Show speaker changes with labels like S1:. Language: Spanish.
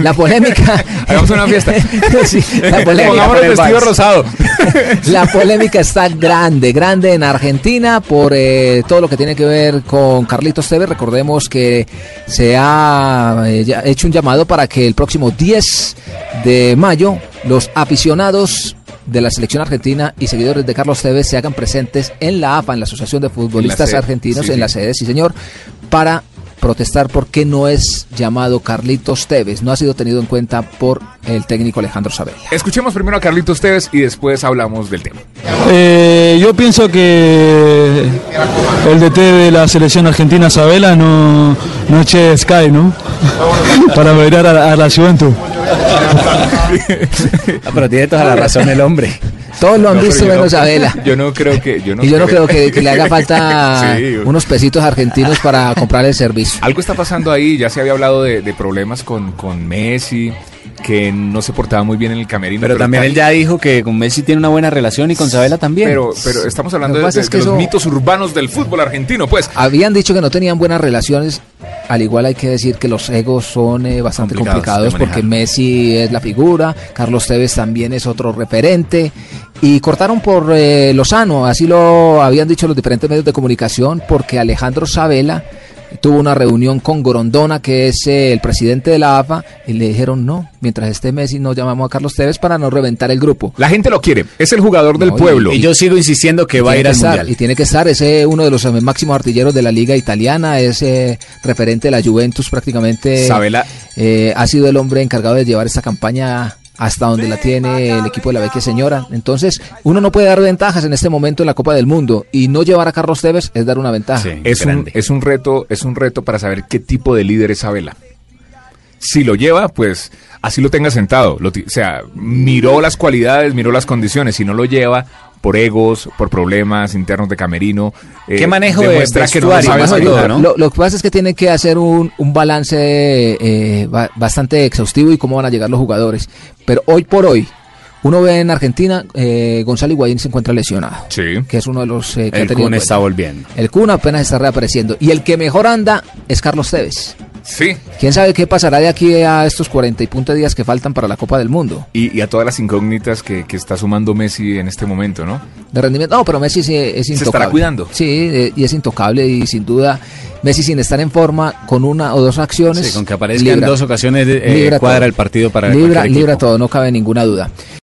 S1: la polémica.
S2: Hagamos una fiesta.
S1: Sí, la polémica.
S2: Pongamos
S1: por
S2: el
S1: el
S2: vestido
S1: vals.
S2: rosado.
S1: La polémica está grande, grande en Argentina por eh, todo lo que tiene que ver con Carlitos Tevez. Recordemos que se ha eh, ya hecho un llamado para que el próximo 10 de mayo los aficionados de la selección argentina y seguidores de Carlos Tevez se hagan presentes en la AFA, en la Asociación de Futbolistas
S2: sede,
S1: Argentinos,
S2: sí,
S1: en la
S2: sí.
S1: sede, sí señor, para protestar porque no es llamado Carlitos Tevez, no ha sido tenido en cuenta por el técnico Alejandro Sabella.
S2: Escuchemos primero a Carlitos Tevez y después hablamos del tema.
S3: Eh, yo pienso que el DT de la selección argentina, Sabela, no, no eche Sky, ¿no? Para mirar a, a la Juventus.
S4: Ah, pero tiene toda la razón el hombre.
S1: Todos lo han
S2: No, pero
S1: visto
S2: yo no-
S1: menos Abela.
S2: Yo no creo que. Yo no
S1: Y yo no creo que, que le haga falta
S2: Sí.
S1: unos pesitos argentinos para comprar el servicio.
S2: Algo está pasando ahí, ya se había hablado de, de problemas con, con Messi, que no se portaba muy bien en el camerino.
S4: Pero también
S2: tal-
S4: él ya dijo que con Messi tiene una buena relación y con Sabela también.
S2: Pero, pero estamos hablando
S1: Lo que
S2: de,
S1: pasa
S2: de-
S1: es que
S2: de los
S1: eso-
S2: mitos urbanos del fútbol argentino, pues.
S1: Habían dicho que no tenían buenas relaciones. Al igual hay que decir que los egos son eh, bastante
S5: Complicados de
S1: complicados, porque Messi es la figura, Carlos Tevez también es otro referente. Y cortaron por eh, Lozano, así lo habían dicho los diferentes medios de comunicación, porque Alejandro Sabela tuvo una reunión con Gorondona, que es eh, el presidente de la AFA, y le dijeron no, mientras esté Messi no llamamos a Carlos Tevez para no reventar el grupo.
S2: La gente lo quiere, es el jugador del
S1: No, y-
S2: pueblo.
S4: y yo sigo insistiendo que va a
S1: Tiene
S4: ir
S1: que
S4: al
S1: estar,
S4: mundial.
S1: Y tiene que estar, es eh, uno de los eh, máximos artilleros de la liga italiana, es eh, referente de la Juventus prácticamente.
S2: Sabela.
S1: eh, ha sido el hombre encargado de llevar esta campaña hasta donde la tiene el equipo de la Vecchia Señora. Entonces, uno no puede dar ventajas en este momento en la Copa del Mundo y no llevar a Carlos Tevez es dar una ventaja.
S4: Sí.
S2: Es un,
S4: grande.
S2: es un reto, es un reto para saber qué tipo de líder es Abela. Si lo lleva, pues así lo tenga sentado. Lo ti- o sea, miró las cualidades, miró las condiciones. Si no lo lleva, por egos, por problemas internos de camerino. eh,
S4: ¿Qué manejo de
S2: demuestra que no le
S4: vestuario?
S2: sabe
S4: Manejo
S2: salir.
S4: de todo,
S1: Lo-
S4: ¿no?
S1: lo, lo que pasa es que tienen que hacer un, un balance eh, ba- bastante exhaustivo y cómo van a llegar los jugadores. Pero hoy por hoy, uno ve en Argentina, eh, Gonzalo Higuaín se encuentra lesionado,
S2: Sí.
S1: que es uno de los eh, que ha
S4: El
S1: tenido en
S4: Kun está
S1: cuenta.
S4: volviendo.
S1: El Kun apenas está reapareciendo. Y el que mejor anda es Carlos Tevez.
S2: Sí.
S1: ¿Quién sabe qué pasará de aquí a estos 40 y punta días que faltan para la Copa del Mundo?
S2: Y, y a todas las incógnitas que, que está sumando Messi en este momento, ¿no?
S1: De rendimiento. No, pero Messi sí es intocable.
S2: estará cuidando.
S1: Sí, eh, y es intocable y sin duda Messi sin estar en forma con una o dos acciones.
S4: Sí, con que aparezcan
S1: libra.
S4: dos ocasiones eh,
S1: Libra
S4: cuadra
S1: todo.
S4: el partido para
S1: libra,
S4: cualquier equipo.
S1: libra todo, no cabe ninguna duda.